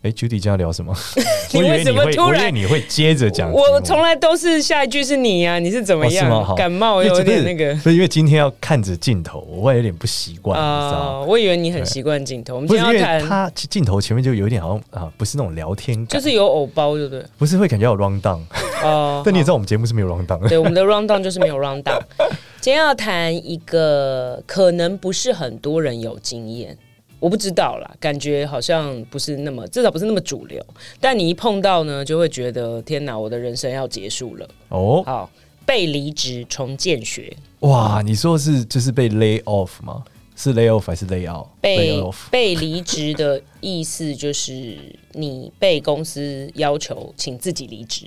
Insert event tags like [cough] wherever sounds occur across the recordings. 哎，Judy 今天要聊什么？我以 [laughs] 你为为什你么会，突我以然为你会接着讲题目。我从来都是下一句是你啊，你是怎么哦样？是吗好感冒有点那个不是不是因为今天要看着镜头，我会有点不习惯，你知道吗？啊、我以为你很习惯镜头。我们不今是因天要为谈他镜头前面就有点好像啊，不是那种聊天感，就是有偶包，对不对？不是会感觉有 round down。哦、 [laughs] 但你也知道我们节目是没有 round down [laughs] 的，对，我们的 round down 就是没有 round down。今天要谈一个可能不是很多人有经验，我不知道啦，感觉好像不是那么，至少不是那么主流。但你一碰到呢，就会觉得天哪，我的人生要结束了。哦，好，被离职重建学，哇，你说是就是被 lay off 吗？是 lay off 还是 lay out？被 lay off。被离职的意思就是你被公司要求请自己离职，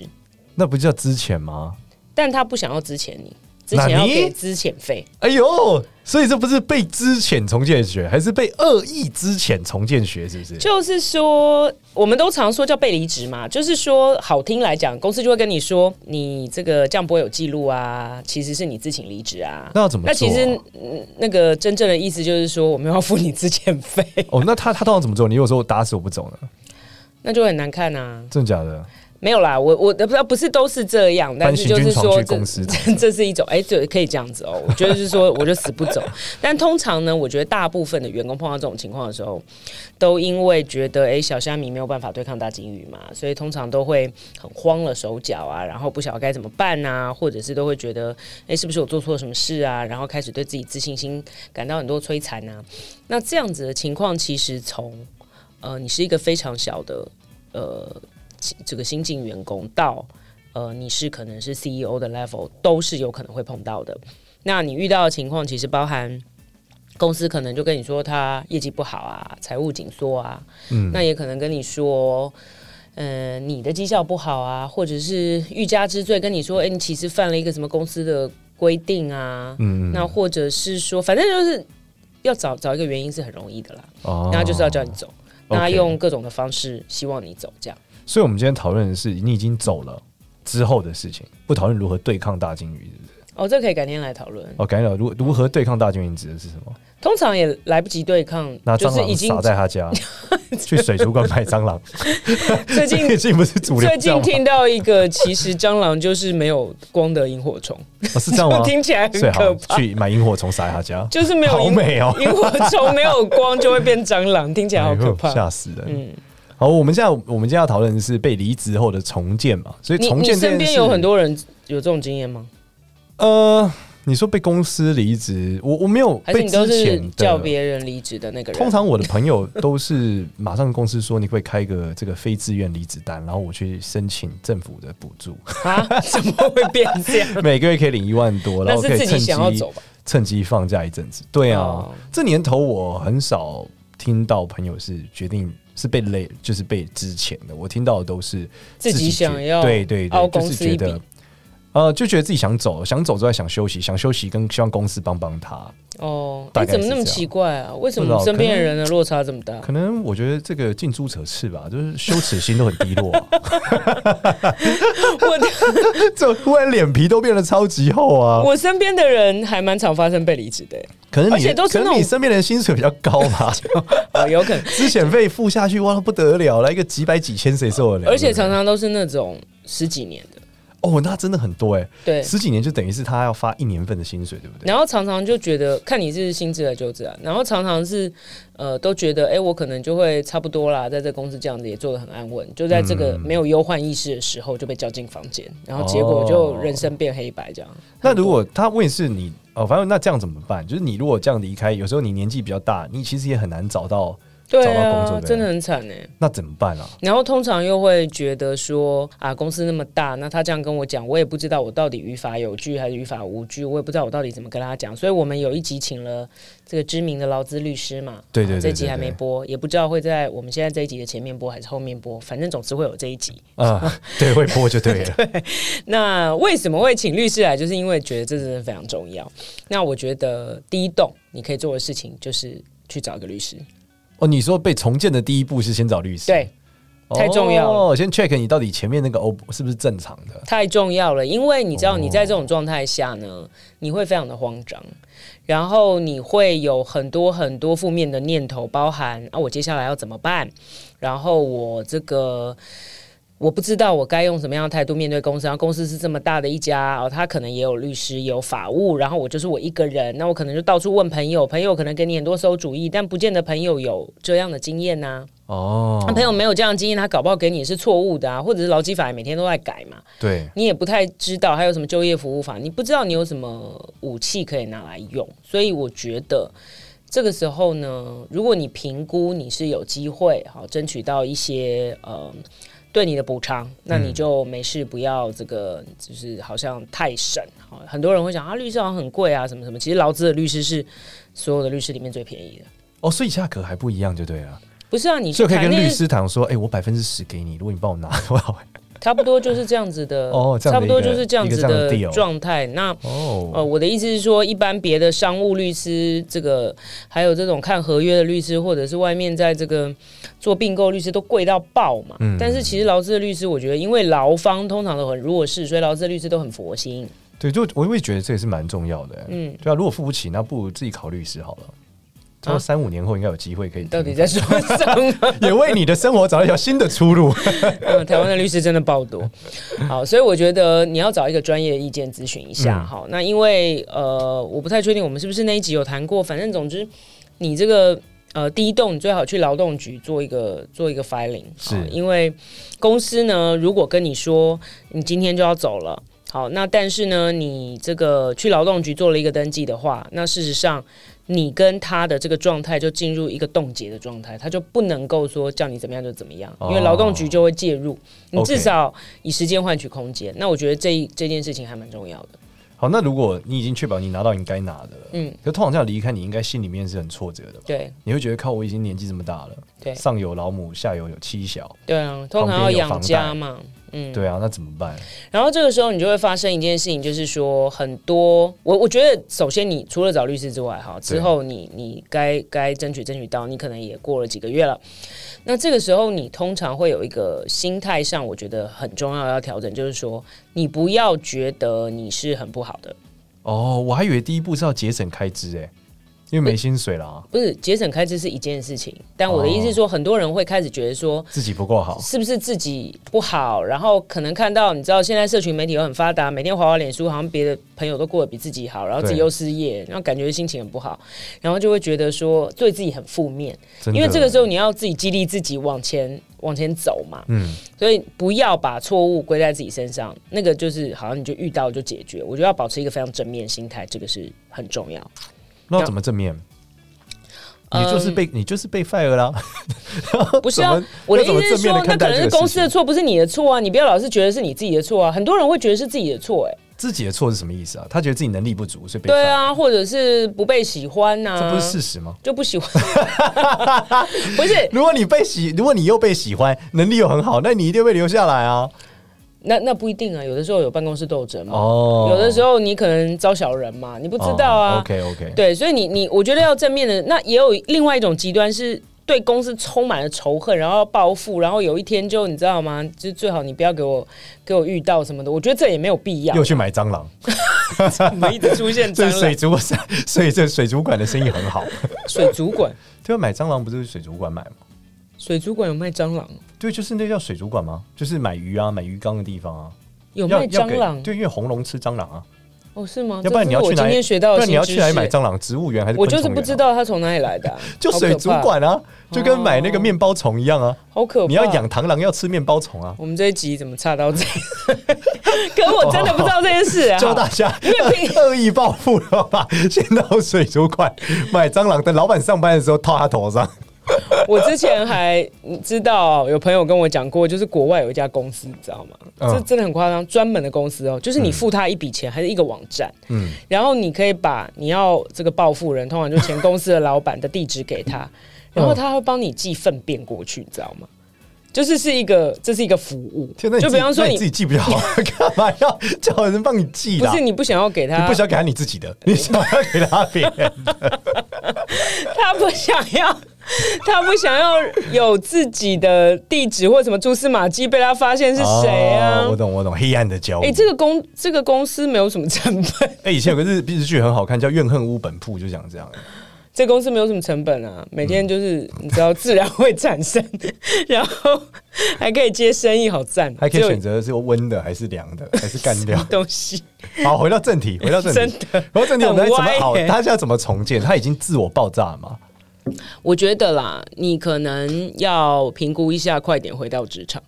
那不叫之前吗？但他不想要资遣你，之那前要你给资遣费。哎呦，所以这不是被之前重建学，还是被恶意之前重建学，是不是？就是说，我们都常说叫被离职嘛，就是说好听来讲，公司就会跟你说，你这个这样不会有记录啊，其实是你自请离职啊。那要怎么那其实做啊嗯那个真正的意思就是说，我们要付你资遣费， [laughs] 哦，那他他通常怎么做？你有时候打死我不走呢？那就很难看啊。真的假的？没有啦，我我不不是都是这样，但是就是搬行军床说去公司这这是一种哎，这可以这样子哦。我觉得就是说，我就死不走。 [laughs] 但通常呢，我觉得大部分的员工碰到这种情况的时候，都因为觉得哎小虾米没有办法对抗大金鱼嘛，所以通常都会很慌了手脚啊，然后不晓得该怎么办啊，或者是都会觉得哎是不是我做错什么事啊，然后开始对自己自信心感到很多摧残啊。那这样子的情况，其实从呃你是一个非常小的呃这个新进员工到呃你是可能是 CEO 的 level，都是有可能会碰到的。那你遇到的情况其实包含公司可能就跟你说他业绩不好啊，财务紧缩啊，嗯，那也可能跟你说。嗯、你的绩效不好啊，或者是欲加之罪，跟你说，哎、你其实犯了一个什么公司的规定啊？嗯，那或者是说，反正就是要找找一个原因是很容易的啦，哦，那就是要叫你走，那 OK 用各种的方式希望你走，这样。所以，我们今天讨论的是你已经走了之后的事情，不讨论如何对抗大金鱼。是不是哦，这可以改天来讨论。哦，感觉到如如何对抗大金鱼，你指的是什么？通常也来不及对抗拿，就蟑是螂已经撒在他 [laughs] 家，去水族馆买蟑螂。[laughs] 最近最近不是主流最这近样吗？听到一个，其实蟑螂就是没有光的萤火虫，？哦是这样吗 [laughs] 听起来很 [laughs] 最可好怕。去买萤火虫撒在他家，就是没有好萤美哦，萤火虫没有光就会变蟑螂，听起来好可哎呦怕。嗯吓死人。好，我们现在我们今天要讨论的是被离职后的重建嘛，所以你重你建这件身边事有很多人有这种经验吗？呃，你说被公司离职，我我没有还是被你都之是前叫的。别人离职的那个人？通常我的朋友都是马上公司说你会开个这个非自愿离职单，然后我去申请政府的补 [laughs] 助，啊，怎么会变这 [laughs] 样？每个月可以领一万多，然那后可是以自趁己机想要走吧？趁机放假一阵子。对啊，哦这年头我很少听到朋友是决定是被累，就是被之前的，我听到的都是自己觉想要对对凹对，就公是司觉一笔得。呃，就觉得自己想走，想走之外想休息，想休息跟希望公司帮帮他。哦，大你概是怎么那么这样奇怪啊？为什不知么道身可边能人的落差这么大？可能我觉得这个近朱者赤吧，就是羞耻心都很低落、啊， [laughs] [laughs] 我的这忽然脸皮都变得超级厚啊。我身边的人还蛮常发生被离职 [laughs] 的、欸可能你而且都是可那能种你身边的人薪水比较高 [laughs] 嘛，哦，有可能，资遣费付下去哇不得了，来个几百几千谁受得了？而且对不对常常都是那种十几年的，哦，那真的很多哎、对。十几年就等于是他要发一年份的薪水，对不对？然后常常就觉得看你是新职还是旧职啊，然后常常是呃都觉得哎、我可能就会差不多啦，在这公司这样子也做的很安稳，就在这嗯个没有忧患意识的时候就被叫进房间，然后结哦果就人生变黑白这样。那如果他问是你哦，反正那这样怎么办？就是你如果这样离开，有时候你年纪比较大，你其实也很难找到对找到工作啊，的真的人，很惨哎、那怎么办啊？然后通常又会觉得说啊，公司那么大，那他这样跟我讲，我也不知道我到底语法有据还是语法无据，我也不知道我到底怎么跟他讲。所以我们有一集请了这个知名的劳资律师嘛，对对对对这集还没对播，也不知道会在我们现在这一集的前面播还是后面播，反正总之会有这一集。 [laughs] 啊，对，会播就对了。那为什么会请律师来？就是因为觉得这真的非常重要。那我觉得第一栋你可以做的事情就是去找一个律师，哦，你说被重建的第一步是先找律师，对，哦，太重要了先 check 你到底前面那个 O 是不是正常的。太重要了，因为你知道你在这种状态下呢，你会非常的慌张，然后你会有很多很多负面的念头，包含啊我接下来要怎么办，然后我这个。我不知道我该用什么样的态度面对公司，然后公司是这么大的一家哦，他可能也有律师，也有法务，然后我就是我一个人，那我可能就到处问朋友，朋友可能给你很多馊主意，但不见得朋友有这样的经验呐、哦那朋友没有这样的经验，他搞不好给你是错误的啊，或者是劳基法也每天都在改嘛，对，你也不太知道还有什么就业服务法，你不知道你有什么武器可以拿来用，所以我觉得这个时候呢，如果你评估你是有机会好争取到一些呃对你的补偿，那你就没事不要这个就是好像太省好，很多人会想啊，律师好像很贵啊，什么什么，其实劳资的律师是所有的律师里面最便宜的。哦，所以价格还不一样就对了，不是啊，你所以可以跟谈恋律爱师谈说，哎、我百分之十给你，如果你帮我拿的话，差不多就是这样子的，哦这样的差不多一个就是这样一个子这样的的 deal 状态。那呃，哦，我的意思是说，一般别的商务律师，这个还有这种看合约的律师，或者是外面在这个做并购律师，都贵到爆嘛。嗯但是其实劳资的律师，我觉得因为劳方通常都很弱势，所以劳资的律师都很佛心。对，就我会觉得这也是蛮重要的、嗯，对啊，如果付不起，那不如自己考律师好了。差不多啊三五年后应该有机会可以，到底在说什么？ [laughs] 也为你的生活找到一条新的出路。嗯，台湾的律师真的爆多。好，所以我觉得你要找一个专业的意见咨询一下。嗯好，那因为呃，我不太确定我们是不是那一集有谈过，反正总之，你这个呃第一栋你最好去劳动局做一个做一个 filing，是好因为公司呢如果跟你说你今天就要走了。好，那但是呢，你这个去劳动局做了一个登记的话，那事实上你跟他的这个状态就进入一个冻结的状态，他就不能够说叫你怎么样就怎么样，因为哦劳动局就会介入，你 OK 至少以时间换取空间。那我觉得这一这件事情还蛮重要的。好，那如果你已经确保你拿到你该拿的了，嗯，可通常这样离开，你应该心里面是很挫折的吧？对你会觉得靠，我已经年纪这么大了，对上有老母，下有有妻小，对啊，通常旁要边有养房贷家嘛，嗯，对啊，那怎么办？然后这个时候你就会发生一件事情，就是说很多我我觉得，首先你除了找律师之外，哈，之后你你该该争取争取到，你可能也过了几个月了。那这个时候你通常会有一个心态上，我觉得很重要要调整，就是说你不要觉得你是很不好的，哦，我还以为第一步是要节省开支诶，因为没薪水了啊，不是节省开支是一件事情，但我的意思是说，很多人会开始觉得说。自己不够好。是不是自己不好，然后可能看到你知道现在社群媒体又很发达，每天滑滑脸书，好像别的朋友都过得比自己好，然后自己对又失业，然后感觉心情很不好，然后就会觉得说对自己很负面，真的因为这个时候你要自己激励自己往前往前走嘛，嗯，所以不要把错误归在自己身上，那个就是好像你就遇到就解决，我觉得要保持一个非常正面心态，这个是很重要。那要怎么正面？呃你就是被嗯你就是被 fire 啦， [laughs] 不是啊怎么，我的意要怎么思是正面地说，那看待可能这是个公事司的情错，不是你的错啊！你不要老是觉得是你自己的错啊！很多人会觉得是自己的错、哎， [laughs] 自己的错是什么意思啊？他觉得自己能力不足，所以被对 fire，啊，或者是不被喜欢呐、这不是事实吗？就不喜欢， [laughs] 不是？如果你被喜，如果你又被喜欢，能力又很好，那你一定被留下来啊。那那不一定啊，有的时候有办公室斗争嘛，哦有的时候你可能招小人嘛，你不知道啊。 OK OK，对，所以你你我觉得要正面的，那也有另外一种极端是。对公司充满了仇恨，然后报复，然后有一天就你知道吗？就最好你不要给我给我遇到什么的，我觉得这也没有 [laughs] 必要又。去买蟑螂，怎 [laughs] 么一直出现蟑这 [laughs] 螂？是水族，所以这水族馆的生意很好。 [laughs] 水主管，对啊，买蟑螂不是水族馆买吗？水主管有卖蟑螂，对，就是那叫水族馆吗？就是买鱼啊，买鱼缸的地方啊。有要卖要蟑给螂对，因为红龙吃蟑螂啊，哦？是吗？要不然这你要去是我哪今里？天学到不的然你新要知去哪里买识。蟑螂？植物园还啊是？我就是不知，道它从哪里来的啊、 [laughs] 就水族馆啊，就跟买那个面包虫一样啊。哦好可怕，好可怕。你要养螳螂要吃面包虫啊，我们这一集怎么差到这？ [laughs] 可我真的不知道这件事啊。教大 [laughs] 家为平恶意报复的话，先到水族馆买蟑螂，等老板上班的时候套他头上。 [laughs] 我之前还知道有朋友跟我讲过，就是国外有一家公司，你知道吗？嗯这真的很夸张，专门的公司哦，就是你付他一笔钱，还是一个网站，嗯嗯，然后你可以把你要这个报复人，通常就前公司的老板的地址给嗯他，然后他会帮你寄粪便过去，你知道吗？就是是一个，这是一个服务天哪，，你就自比己方说那你自己记不就好 [laughs] 了，干嘛要叫人帮你记不啦？是啊你不想要给你他，不想给他你自己的，你想要给他别人。 [laughs] 他不想要，他不想要有自己的地址或什么蛛丝马迹被他发 [laughs] 现是谁啊哦？我懂，我懂，黑暗的交哎、易。这个公这个公司没有什么成本，哎，以前有个日日剧很好看，叫《怨恨屋本铺》，就讲这样。这公司没有什么成本啊，每天就是、你知道自然会产生， [laughs] 然后还可以接生意，好赞哦，还可以只有选择是温的，还是凉的，还是干掉这种。东西， [laughs] 好，回到正题，回到正题。真的回到正题，我们来怎很么歪欸好？耶他现在怎么重建？他已经自我爆炸嘛？我觉得啦，你可能要评估一下，快点回到职场。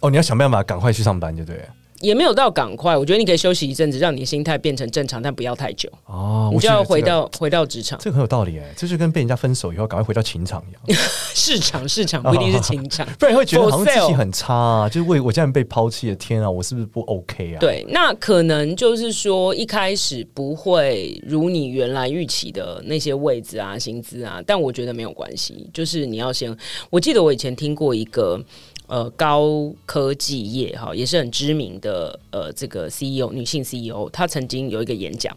哦，你要想办法赶快去上班，就对了。也没有到赶快，我觉得你可以休息一阵子，让你的心态变成正常，但不要太久，哦，你我就觉得要这回个到、回到职场。这个很有道理哎，这就跟被人家分手以后赶快回到情场一样，市场，市场不一定哦是情场。不然会觉得好像 For 自己 sale 很差啊，就是为我这样被抛弃的，天啊，我是不是不 OK 啊？，对，那可能就是说一开始不会如你原来预期的那些位置啊、薪资啊，但我觉得没有关系，就是你要先。我记得我以前听过一个。呃，高科技业哈也是很知名的呃，这个 CEO 女性 CEO，她曾经有一个演讲，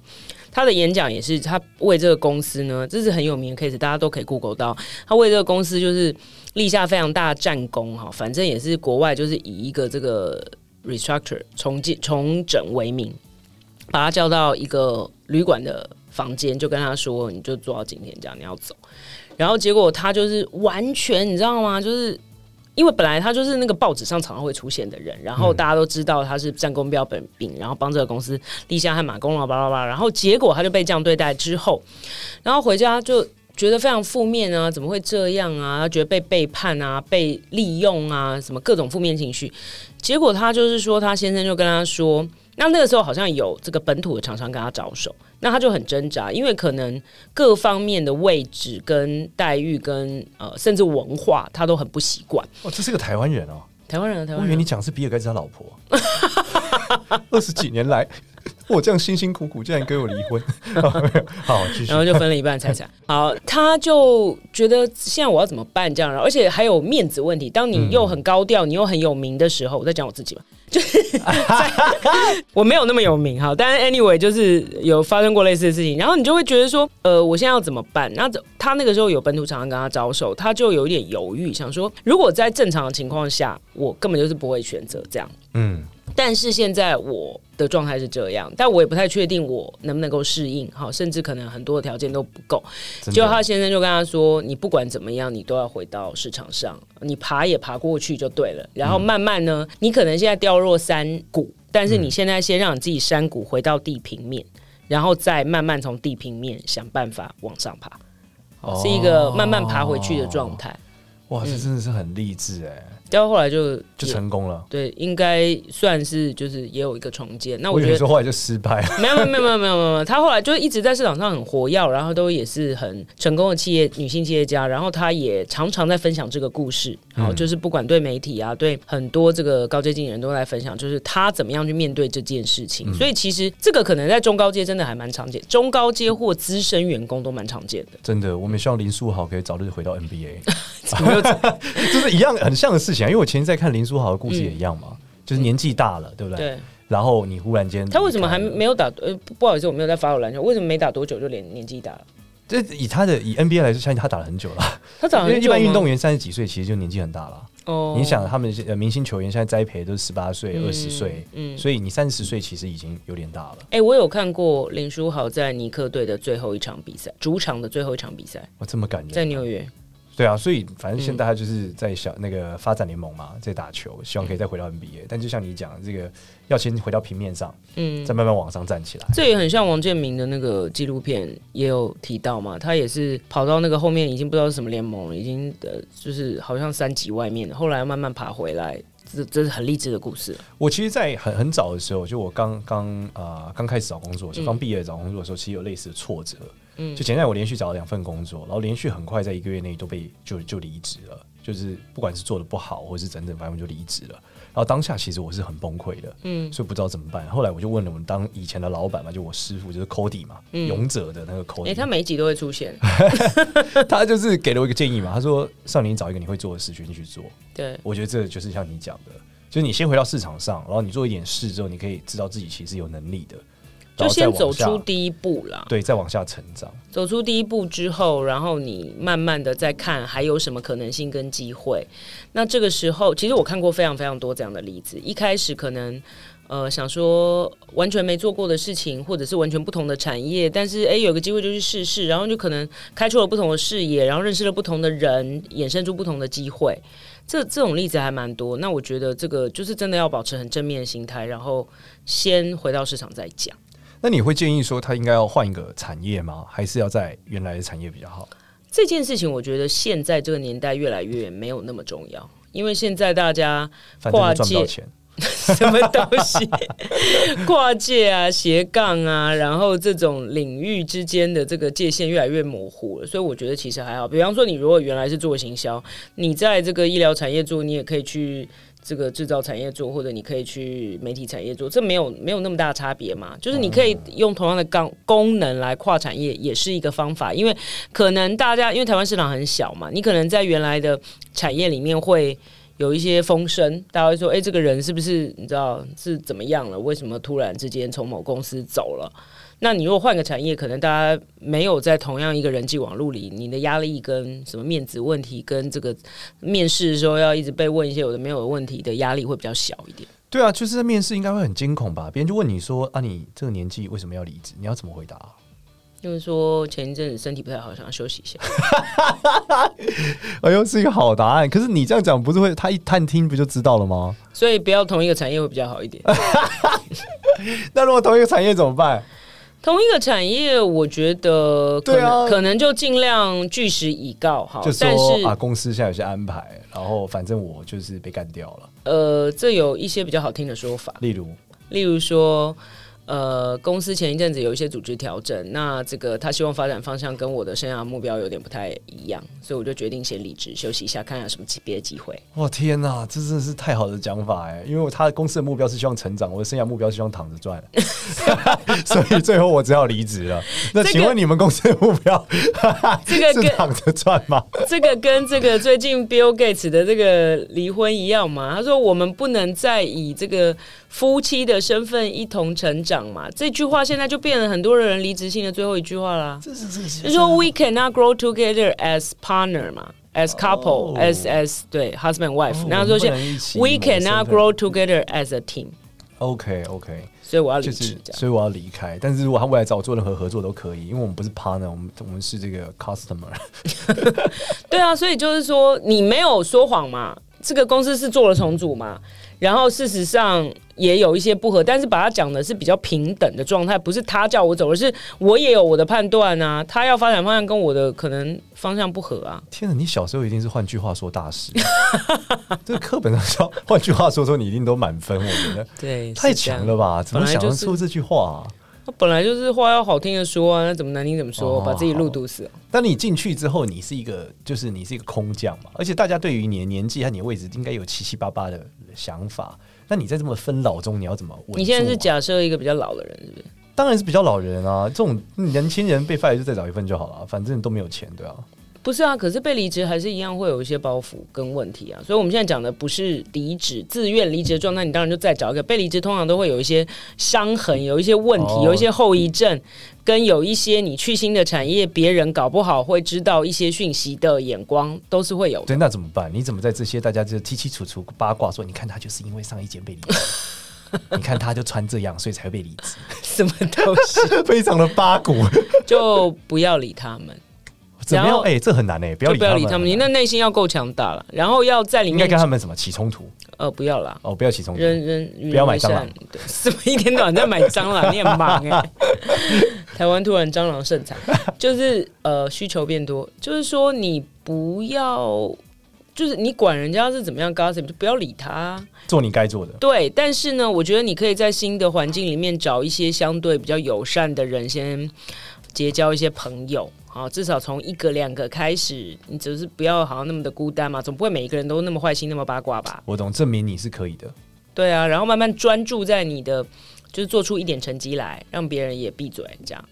她的演讲也是她为这个公司呢，这是很有名的 case，大家都可以 Google 到，她为这个公司就是立下非常大的战功哈，反正也是国外就是以一个这个 restructure 重建重整为名，把他叫到一个旅馆的房间，就跟他说，你就做到今天这样，你要走。然后结果他就是完全，你知道吗？就是因为本来他就是那个报纸上常常会出现的人，然后大家都知道他是战功标本病，然后帮这个公司立下汗马功劳，巴拉巴拉。然后结果他就被这样对待之后，然后回家就觉得非常负面啊，怎么会这样啊？他觉得被背叛啊，被利用啊，什么各种负面情绪。结果他就是说，他先生就跟他说，那那个时候好像有这个本土的厂商跟他招手，那他就很挣扎，因为可能各方面的位置跟待遇跟呃甚至文化他都很不习惯。哦，这是个台湾人哦，台湾人啊，台我湾以为人你啊，讲是比尔盖茨他老婆， [laughs] 二十几年来。我这样辛辛苦苦，竟然跟我离婚， [laughs] 哦好，继续然。后就分了一半财产。好，他就觉得现在我要怎么办这样，然后而且还有面子问题。当你又很高调，你又很有名的时候，我在讲我自 [laughs] 己吧，就是在我没有那么有名哈，但是 anyway 就是有发生过类似的事情，然后你就会觉得说，呃，我现在要怎么办？那他那个时候有本土厂商跟他招手，他就有一点犹豫，想说如果在正常的情况下，我根本就是不会选择这样。嗯，但是现在我的状态是这样，但我也不太确定我能不能够适应，好，甚至可能很多的条件都不够。真结果的他先生就跟他说：“你不管怎么样，你都要回到市场上，你爬也爬过去就对了。然后慢慢呢，嗯你可能现在掉落山谷，但是你现在先让你自己山谷回到地平面，然后再慢慢从地平面想办法往上爬，哦好是一个慢慢爬回去的状态。哇，这真的是很励志哎，然后后来就就也成功了。对，应该算是就是也有一个重建。那我我以觉为得你说后来就失败了， [laughs] [laughs] 没有没有没有没有没有没有，她后来就一直在市场上很活跃，然后都也是很成功的企业女性企业家，然后她也常常在分享这个故事，嗯然后就是不管对媒体啊，对很多这个高阶经理人都在分享，就是她怎么样去面对这件事嗯情。所以其实这个可能在中高阶真的还蛮常见，中高阶或资深员工都蛮常见的。真的。我们也希望林书豪可以早日回到 [laughs] NBA。有没有这 [laughs] 就是一样很像的事情啊。因为我前天在看林书豪的故事也一样嘛，就是年纪大了，对不对？嗯对然后你忽然间，他为什么还？没有打？呃，不不好意思，我没有在发我篮球，为什么没打多久就连年纪大了？这以他的以 NBA 来说，相信他打了很久了。他长因为一得哦很久吗般运动员三十几岁其实就年纪很大了。哦你想，他们呃明星球员现在栽培都是十八岁、二十岁，嗯所以你三十岁其实已经有点大了。哎、我有看过林书豪在尼克队的最后一场比赛，主场的最后一场比赛，哇，这么感在人。啊纽约。对啊，所以反正现嗯在他就是在小那个发展联盟嘛，在打球，希望可以再回到 NBA。但就像你讲，这个要先回到平面上，嗯，再慢慢往上站起来。这也很像王建民的那个纪录片也有提到嘛，他也是跑到那个后面已经不知道是什么联盟了，已经呃就是好像三级外面，后来慢慢爬回来，这这是很励志的故事。我其实，在很很呃嗯早的时候，就我刚刚啊刚开始找工作的时候，刚毕业找工作的时候，其实有类似的挫折，嗯，就简单，我连续找了两份工作，然后连续很快在一个月内都被就就离职了，就是不管是做的不好，或是整整，反正我就离职了。然后当下其实我是很崩溃的，嗯，所以不知道怎么办。后来我就问了我们当以前的老板嘛，就我师傅就是 Cody 嘛，勇者的那个 Cody，、哎、嗯他每一集都会出 [laughs] 现，他就是给了我一个建议嘛，他说：“少年，你找一个你会做的事情去做。”对，我觉得这就是像你讲的，就是你先回到市场上，然后你做一点事之后，你可以知道自己其实有能力的，然就后再先往走下出第一步啦。对，再往下成长。走出第一步之后，然后你慢慢的再看还有什么可能性跟机会。那这个时候，其实我看过非常非常多这样的例子。一开始可能呃想说完全没做过的事情，或者是完全不同的产业，但是诶有个机会就去试试，然后就可能开拓了不同的视野，然后认识了不同的人，衍生出不同的机会。这这种例子还蛮多。那我觉得这个就是真的要保持很正面的心态，然后先回到市场再讲。那你会建议说他应该要换一个产业吗？还是要在原来的产业比较好？这件事情，我觉得现在这个年代越来越没有那么重要，因为现在大家反正跨都赚不到界钱。 [laughs] 什么东西跨界啊、斜杠啊，然后这种领域之间的这个界限越来越模糊了，所以我觉得其实还好。比方说，你如果原来是做行销，你在这个医疗产业做，你也可以去。这个制造产业做，或者你可以去媒体产业做，这没有没有那么大的差别嘛？就是你可以用同样的纲功能来跨产业，也是一个方法。因为可能大家因为台湾市场很小嘛，你可能在原来的产业里面会有一些风声，大家会说：“哎、这个人是不是你知道是怎么样了？为什么突然之间从某公司走了？”那你如果换个产业，可能大家没有在同样一个人际网络里，你的压力跟什么面子问题，跟这个面试的时候要一直被问一些有的没有的问题的压力会比较小一点。对啊，就是在面试应该会很惊恐吧？别人就问你说：“啊，你这个年纪为什么要离职？”你要怎么回答、就是说前一阵子身体不太好，想要休息一下。哎呦，是一个好答案。可是你这样讲，不是会他一探听不就知道了吗？所以不要同一个产业会比较好一点。那如果同一个产业怎么办？同一个产业，我觉得可对能、啊可能就尽量据实以告好就，但是说啊，公司现在有些安排，然后反正我就是被干掉了。呃，这有一些比较好听的说法，例如，例如说，呃，公司前一阵子有一些组织调整，那这个他希望发展方向跟我的生涯目标有点不太一样，所以我就决定先离职休息一下，看看有什么别的机会。哇天哪，这真的是太好的讲法哎！因为他的公司的目标是希望成长，我的生涯目标是希望躺着 [laughs] 赚，所以最后我只好离职了。那这个请问你们公司的目标这 [laughs] 个是跟躺着赚吗？ [laughs] 这个跟这个最近 Bill Gates 的这个离婚一样嘛？他说我们不能再以这个夫妻的身份一同成长嘛。这句话现在就变成很多人离职信的最后一句话啦。这是这个就是说 we cannot grow together as partner 嘛，as 哦 couple、as as 对 husband wife，、哦然后说我们不能一是起 we 谋 cannot 生 grow together as a team， OK OK，所以我要离就职是这样。所以我要离开。但是如果他未来找我做任何合作都可以，因为我们不是 partner，我们我们是这个 customer。 [laughs] 对啊，所以就是说你没有说谎嘛，这个公司是做了重组嘛，然后事实上也有一些不合，但是把它讲的是比较平等的状态，不是他叫我走，而是我也有我的判断啊，他要发展方向跟我的可能方向不合啊。天哪，你小时候一定是换句话说大师， [laughs] 这个课本上说换句话说说你一定都满分，我觉 [laughs] 得。对，太强了吧？怎么本来想就得是出这句话、啊？吧？本来就是话要好听的说啊，那怎么难听怎么说，哦把自己路堵死啊当你进去之后，你是一个就是你是一个空降嘛，而且大家对于你的年纪和你的位置应该有七七八八的想法。那你在这么纷扰中，你要怎么稳住啊？你现在是假设一个比较老的人，是不是？当然是比较老人啊，这种年轻人被 fire 就再找一份就好了，反正都没有钱，对啊。不是啊，可是被离职还是一样会有一些包袱跟问题啊。所以我们现在讲的不是离职自愿离职的状态，你当然就再找一个被离职，通常都会有一些伤痕，有一些问题，哦有一些后遗症，跟有一些你去新的产业，别人搞不好会知道一些讯息的眼光都是会有的。对，那怎么办？你怎么在这些大家就踢踢楚楚八卦说，你看他就是因为上一间被离职，你看他就穿这样，所以才会被离职，什么东西 [laughs] 非常的八股。就不要理他们， [laughs] 怎么然样？后哎、这很难哎、不要就理不他要们，理他们。你很难那内心要够强大了，然后要在里应该面跟他们什么起冲突呃不要啦，哦，不要起冲突。人人与人不要买为蟑善螂对，什么一天到晚在买蟑螂，你很忙哎、台湾突然蟑螂盛产，就是呃需求变多，就是说你不要，就是你管人家是怎么样 gossip，就不要理他啊、做你该做的。对，但是呢，我觉得你可以在新的环境里面找一些相对比较友善的人先。结交一些朋友，好，至少从一个两个开始，你只是不要好像那么的孤单嘛，总不会每一个人都那么坏心、那么八卦吧？我懂，证明你是可以的。对啊，然后慢慢专注在你的，就是做出一点成绩来，让别人也闭嘴，这样。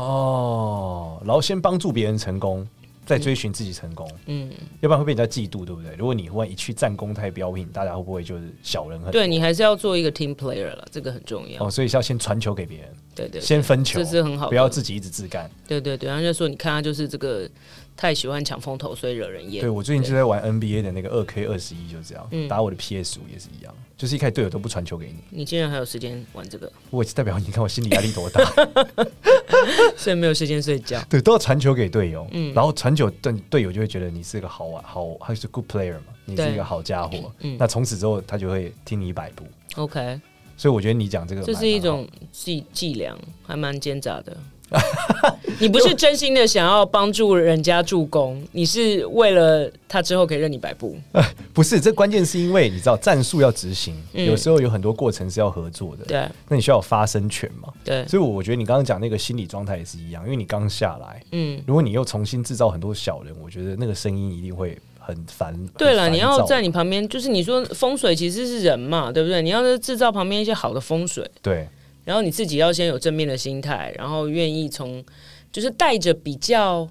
哦，然后先帮助别人成功，再追寻自己成功，嗯，要不然会被人家嫉妒，对不对？如果你忽然一去战功太彪炳，大家会不会就是小人很？对你还是要做一个 team player 了，这个很重要。哦，所以是要先传球给别人，对对对先分球，这是很好的不要自己一直自干。对对对，然后就说你看他就是这个太喜欢抢风头，所以惹人厌对。我最近就在玩 NBA 的那个二 K 二十一，就这样，嗯打我的 PS 五也是一样，就是一开始队友都不传球给你，你竟然还有时间玩这个，我也是代表你看我心理压力 [laughs] 多大，所以没有时间睡觉。对，都要传球给队友，嗯然后传球，队队友就会觉得你是一个好玩好，还是 good player 嘛，你是对一个好家伙，嗯那从此之后他就会听你摆布， OK，所以我觉得你讲这个这蛮是一蛮好种伎伎俩，还蛮奸诈的。你不是真心的想要帮助人家助攻，你是为了他之后可以任你摆布。不是，这关键是因为你知道战术要执行，嗯有时候有很多过程是要合作的。对那你需要有发声权嘛？对，所以我觉得你刚刚讲那个心理状态也是一样，因为你刚下来，嗯，如果你又重新制造很多小人，我觉得那个声音一定会很烦。对了，很烦你要躁在你旁边，就是你说风水其实是人嘛，对不对？你要是制造旁边一些好的风水，对然后你自己要先有正面的心态，然后愿意从就是带着比较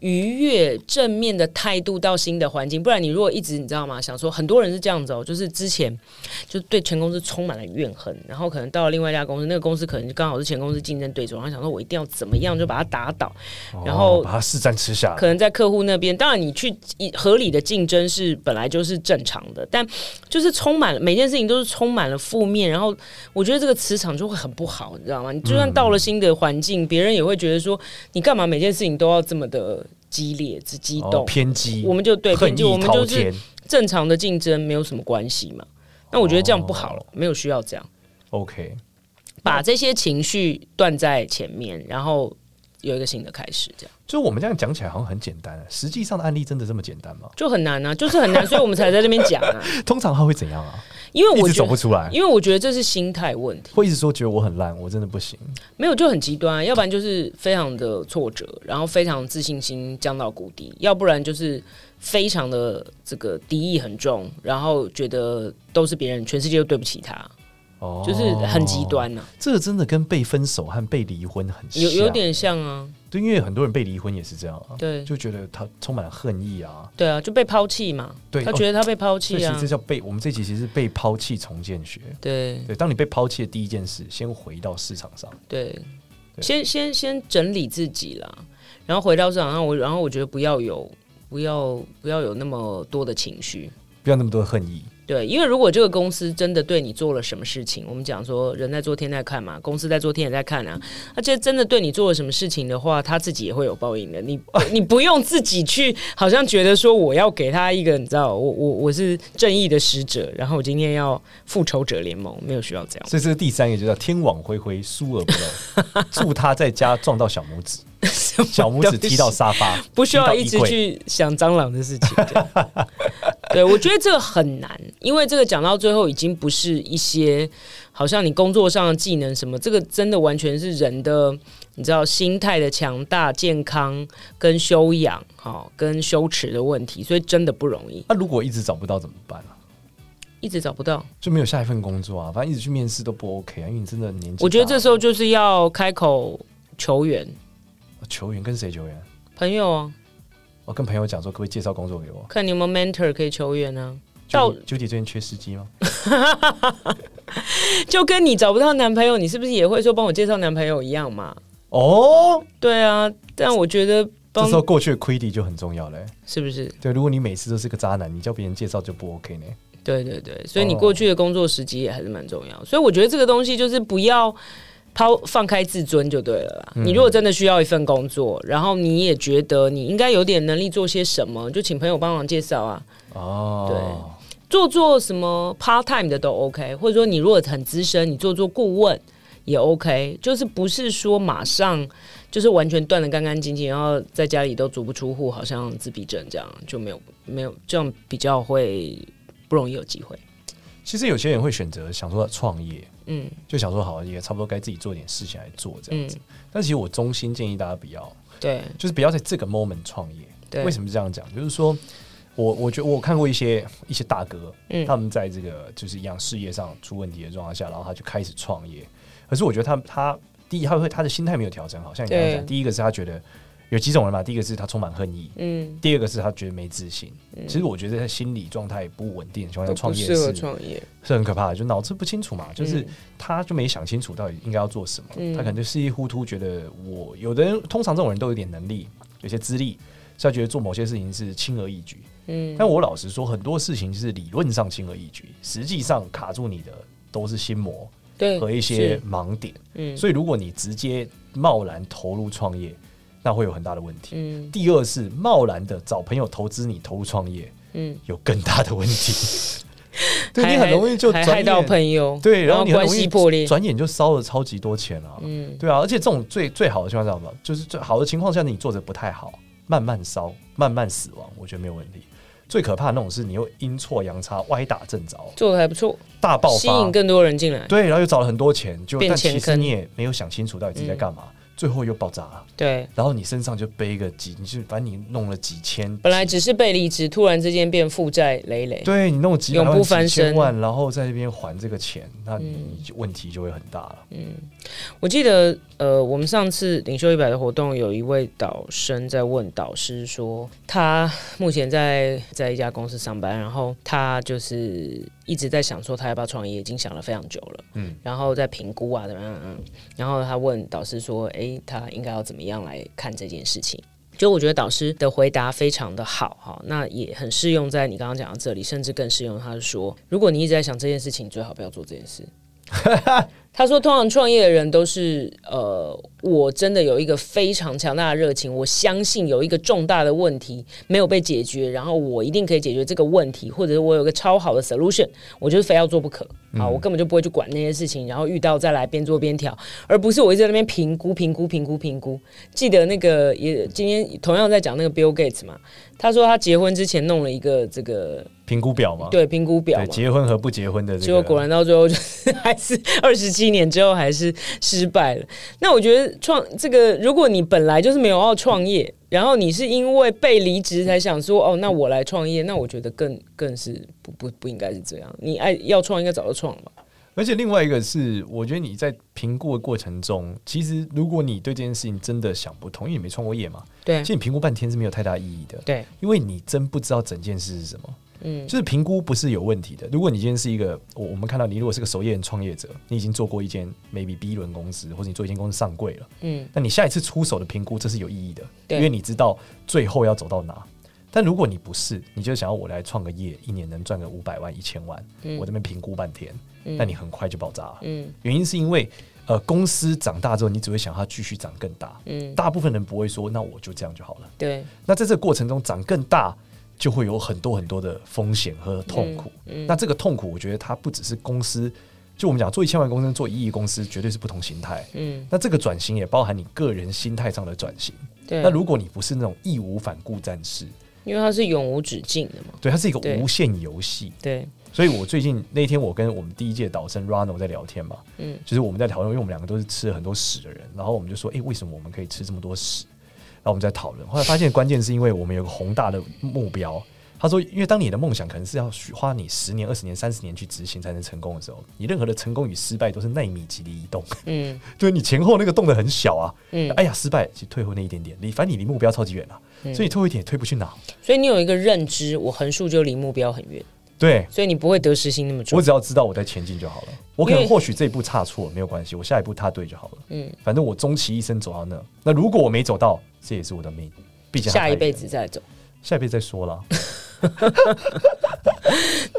愉悦、正面的态度到新的环境，不然你如果一直你知道吗？想说很多人是这样子哦，就是之前就对前公司充满了怨恨，然后可能到了另外一家公司，那个公司可能就刚好是前公司竞争对手，然后想说我一定要怎么样就把它打倒，然后哦把它市占吃下可来。能在客户那边，当然你去以合理的竞争是本来就是正常的，但就是充满了每件事情都是充满了负面，然后我觉得这个磁场就会很不好，你知道吗？你就算嗯到了新的环境，别、人也会觉得说你干嘛每件事情都要这么的激烈、之激哦动，偏激，我们就对，恨就我意们滔就是天。正常的竞争没有什么关系嘛。那我觉得这样不好了，哦没有需要这样， OK，把这些情绪断在前面，然后有一个新的开始，这样。就我们这样讲起来好像很简单，啊实际上的案例真的这么简 [laughs] 单吗？就很难啊，就是很难，所以我们才在这边讲啊。通常他会怎样啊？因为一我直觉走不得，出来，因为我觉得这是心态问题，会一直说觉得我很烂，我真的不行。没有就很极端，啊要不然就是非常的挫折，然后非常自信心降到谷底，要不然就是非常的这个敌意很重，然后觉得都是别人，全世界都对不起他，哦，就是很极端呐、这个真的跟被分手和被离婚很像，有有点像啊，对，因为很多人被离婚也是这样啊，对就觉得他充满了恨意啊。对啊，就被抛弃嘛，对他觉得他被所抛以弃其啊实这，叫被我们这集其实是被抛弃重建学。对对，当你被抛弃的第一件事，先回到市场上。对，对先先先整理自己啦，然后回到市场上，我然后我觉得不要有不要不要有那么多的情绪，不要那么多恨意，对，因为如果这个公司真的对你做了什么事情，我们讲说人在做天在看嘛，公司在做天也在看啊。那这真的对你做了什么事情的话，他自己也会有报应的。你你不用自己去，好像觉得说我要给他一个，你知道，我我我是正义的使者，然后我今天要复仇者联盟，没有需要这样。所以这是第三个，就叫天网恢恢，疏而不 [laughs] 漏。祝他在家撞到小拇指，小拇指踢到沙发，不需踢要到一直衣柜。去想蟑螂的事情。这样 [laughs] 对，我觉得这个很难，因为这个讲到最后已经不是一些好像你工作上的技能什么，这个真的完全是人的，你知道心态的强大、健康跟修养，哈、跟羞耻的问题，所以真的不容易，那、如果一直找不到怎么办啊？一直找不到。就没有下一份工作啊，反正一直去面试都不 OK 啊，因为你真的年纪大了。我觉得这时候就是要开口求援，球员跟谁球员？朋友啊，我跟朋友讲说，可不可以介绍工作给我？看你有没有 mentor 可以求援啊。到到 j u 最近缺司机吗？ [laughs] 就跟你找不到男朋友，你是不是也会说帮我介绍男朋友一样嘛？哦，对啊，但我觉得这帮时候过去的亏底就很重要嘞、是不是？对，如果你每次都是个渣男，你叫别人介绍就不 OK 呢。对对对，所以哦你过去的工作时机也还是蛮重要。所以我觉得这个东西就是不要抛放开自尊就对了啦。嗯你如果真的需要一份工作，然后你也觉得你应该有点能力做些什么，就请朋友帮忙介绍啊。哦，做做什么 part time 的都 OK，或者说你如果很资深，你做做顾问也 OK，就是不是说马上就是完全断的干干净净，然后在家里都足不出户，好像自闭症这样就没有没有这样比较会不容易有机会。其实有些人会选择想说创业，嗯就想说好也差不多该自己做点事情来做这样嗯子。，但其实我衷心建议大家不要，对就是不要在这个 moment 创业。对，为什么？么这样讲？就是说我我觉得我看过一些一些大哥，嗯他们在这个就是一样事业上出问题的状况下，然后他就开始创业。可是我觉得他他第一，他会他的心态没有调整好，像你刚才对讲，第一个是他觉得有几种人嘛，第一个是他充满恨意。嗯，第二个是他觉得没自信，其实我觉得他心理状态不稳定的情况下都创不业适合是创业，是很可怕的，就脑子不清楚嘛，就是嗯他就没想清楚到底应该要做什么，嗯他可能就是一糊涂，觉得我有的人通常这种人都有点能力，有些资历，所以他觉得做某些事情是轻而易举。嗯，但我老实说，很多事情是理论上轻而易举，实际上卡住你的都是心魔对和一些盲点。嗯所以如果你直接贸然投入创业，那会有很大的问题。嗯第二是贸然的找朋友投资你投入创业，嗯，有更大的问题。 [laughs] 对你还很容易就还转害到眼朋友，对，然然后你很关容易系破裂，转眼就烧了超级多钱啊。嗯对啊，而且这种最最好的情况下嘛，就是最好的情况下，你做的不太好，慢慢烧，慢慢死亡，我觉得没有问题。最可怕的那种是你又阴错阳差，歪打正着，做的还不错，大爆吸发引，更多人进来，对，然后又找了很多钱，就变但钱其实坑嗯你也没有想清楚到底自己在干嘛，最后又爆炸了，对。然后你身上就背个几，你就反正你弄了几千，本来只是被离职，突然之间变负债累累。对你弄几百永万、不几翻千身万，然后在那边还这个钱，那你你就问题就会很大了。我记得，呃，我们上次领袖一百的活动，有一位导生在问导师说，他目前在在一家公司上班，然后他就是一直在想说他要不要创业，已经想了非常久了，嗯嗯，然后在评估啊，怎么样，嗯，然后他问导师说，诶，他应该要怎么样来看这件事情？就我觉得导师的回答非常的好哈，那也很适用在你刚刚讲到这里，甚至更适用。他是说，如果你一直在想这件事情，最好不要做这件事。他说，通常创业的人都是呃，我真的有一个非常强大的热情，我相信有一个重大的问题没有被解决，然后我一定可以解决这个问题，或者我有个超好的 solution，我就是非要做不可啊，我根本就不会去管那些事情，然后遇到再来边做边调，而不是我一直在那边评估评估评估评估。记得那个也今天同样在讲那个 Bill Gates 嘛，他说他结婚之前弄了一个这个评估表嘛，对评估表对，嘛，结婚和不结婚的这结果个，果然到最后就是还是 [laughs] 二十七年之后还是失败了。那我觉得创这个，如果你本来就是没有要创业，然后你是因为被离职才想说哦，那我来创业，那我觉得更更是不不不应该是这样。你爱要创应该早就创了吧？而且另外一个是，我觉得你在评估的过程中，其实如果你对这件事情真的想不通，因为你没创过业嘛，对其实你评估半天是没有太大意义的，对，嗯因为你真不知道整件事是什么。嗯就是评估不是有问题的。如果你今天是一个，我我们看到你如果是个守业人创业者，你已经做过一间 maybe B 轮公司，或者你做一间公司上柜了，嗯那你下一次出手的评估这是有意义的，对因为你知道最后要走到哪。但如果你不是，你就想要我来创个业，一年能赚个五百万、一千万，我这边评估半天，那你很快就爆炸了。嗯原因是因为呃，公司长大之后，你只会想它继续长更大。嗯，大部分人不会说，那我就这样就好了。对，那在这个过程中，长更大就会有很多很多的风险和痛苦。嗯那这个痛苦，我觉得它不只是公司，就我们讲做一千万公司、做一亿公司，绝对是不同形态。嗯那这个转型也包含你个人心态上的转型。对。那如果你不是那种义无反顾战士，因为它是永无止境的嘛，对，它是一个对无限游戏。对，所以我最近那天我跟我们第一届导生 Rano 在聊天嘛，嗯嗯，就是我们在讨论，因为我们两个都是吃了很多屎的人，然后我们就说，诶，为什么我们可以吃这么多屎？然后我们在讨论，后来发现关键是因为我们有个宏大的目标。他说，因为当你的梦想可能是要花你十年、二十年、三十年去执行才能成功的时候，你任何的成功与失败都是纳米级的移动，嗯就是你前后那个动的很小啊。嗯，哎呀，失败，其实退后那一点点，你反正你离目标超级远了、所以你退后一点也退不去哪。所以你有一个认知，我横竖就离目标很远，对，所以你不会得失心那么我重。只要知道我在前进就好了。我可能因为或许这一步踏错了没有关系，我下一步踏对就好了。嗯嗯，反正我终其一生走到那。那如果我没走到，这也是我的命。毕竟它下一太辈远子再走。下一辈子再说了。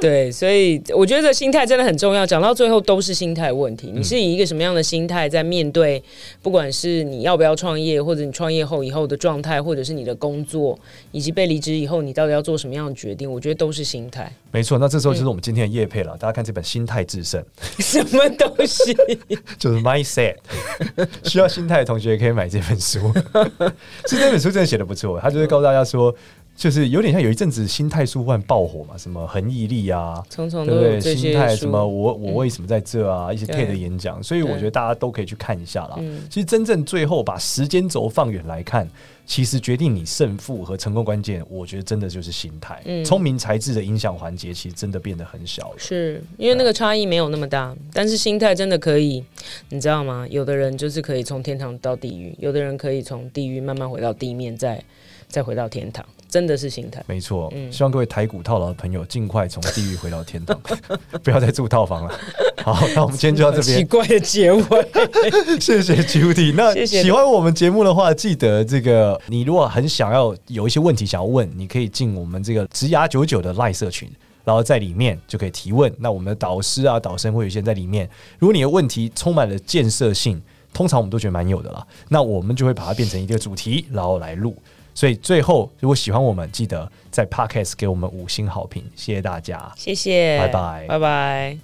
对，所以我觉得心态真的很重要。讲到最后都是心态问题，你是以一个什么样的心态在面对，不管是你要不要创业，或者你创业后以后的状态，或者是你的工作，以及被离职以后你到底要做什么样的决定，我觉得都是心态，没错，那这时候嗯就是我们今天的夜配了。大家看这本《心态制胜什么东西。》，就是 [laughs] mindset。需 [laughs] 要心态的同学也可以买这本书。是这本书真的写的不错，他就是告诉大家说，就是有点像有一阵子心态书换爆火嘛，什么恒毅力啊，常常对都不有对？这心些态书嗯什么我我为什么在这啊？一些对 TED 的演讲，所以我觉得大家都可以去看一下啦嗯。其实真正最后把时间轴放远来看，其实决定你胜负和成功关键，我觉得真的就是心态。嗯聪明才智的影响环节，其实真的变得很小了。是因为那个差异没有那么大，但是心态真的可以，你知道吗？有的人就是可以从天堂到地狱，有的人可以从地狱慢慢回到地面，再再回到天堂，真的是心态。没错，希望各位台股套牢的朋友尽快从地狱回到天堂， [laughs] 不要再住套房了。好，那我们今天就到这边奇。怪的结尾， [laughs] 谢谢 Judy。那谢谢喜欢我们节目的话，记得这个，你如果很想要有一些问题想要问，你可以进我们这个直牙九九的赖社群。然后在里面就可以提问，那我们的导师啊、导生会有一些人在里面。如果你的问题充满了建设性，通常我们都觉得蛮有的啦，那我们就会把它变成一个主题，然后来录。所以最后，如果喜欢我们，记得在 Podcast 给我们五星好评，谢谢大家。谢谢，拜拜拜拜。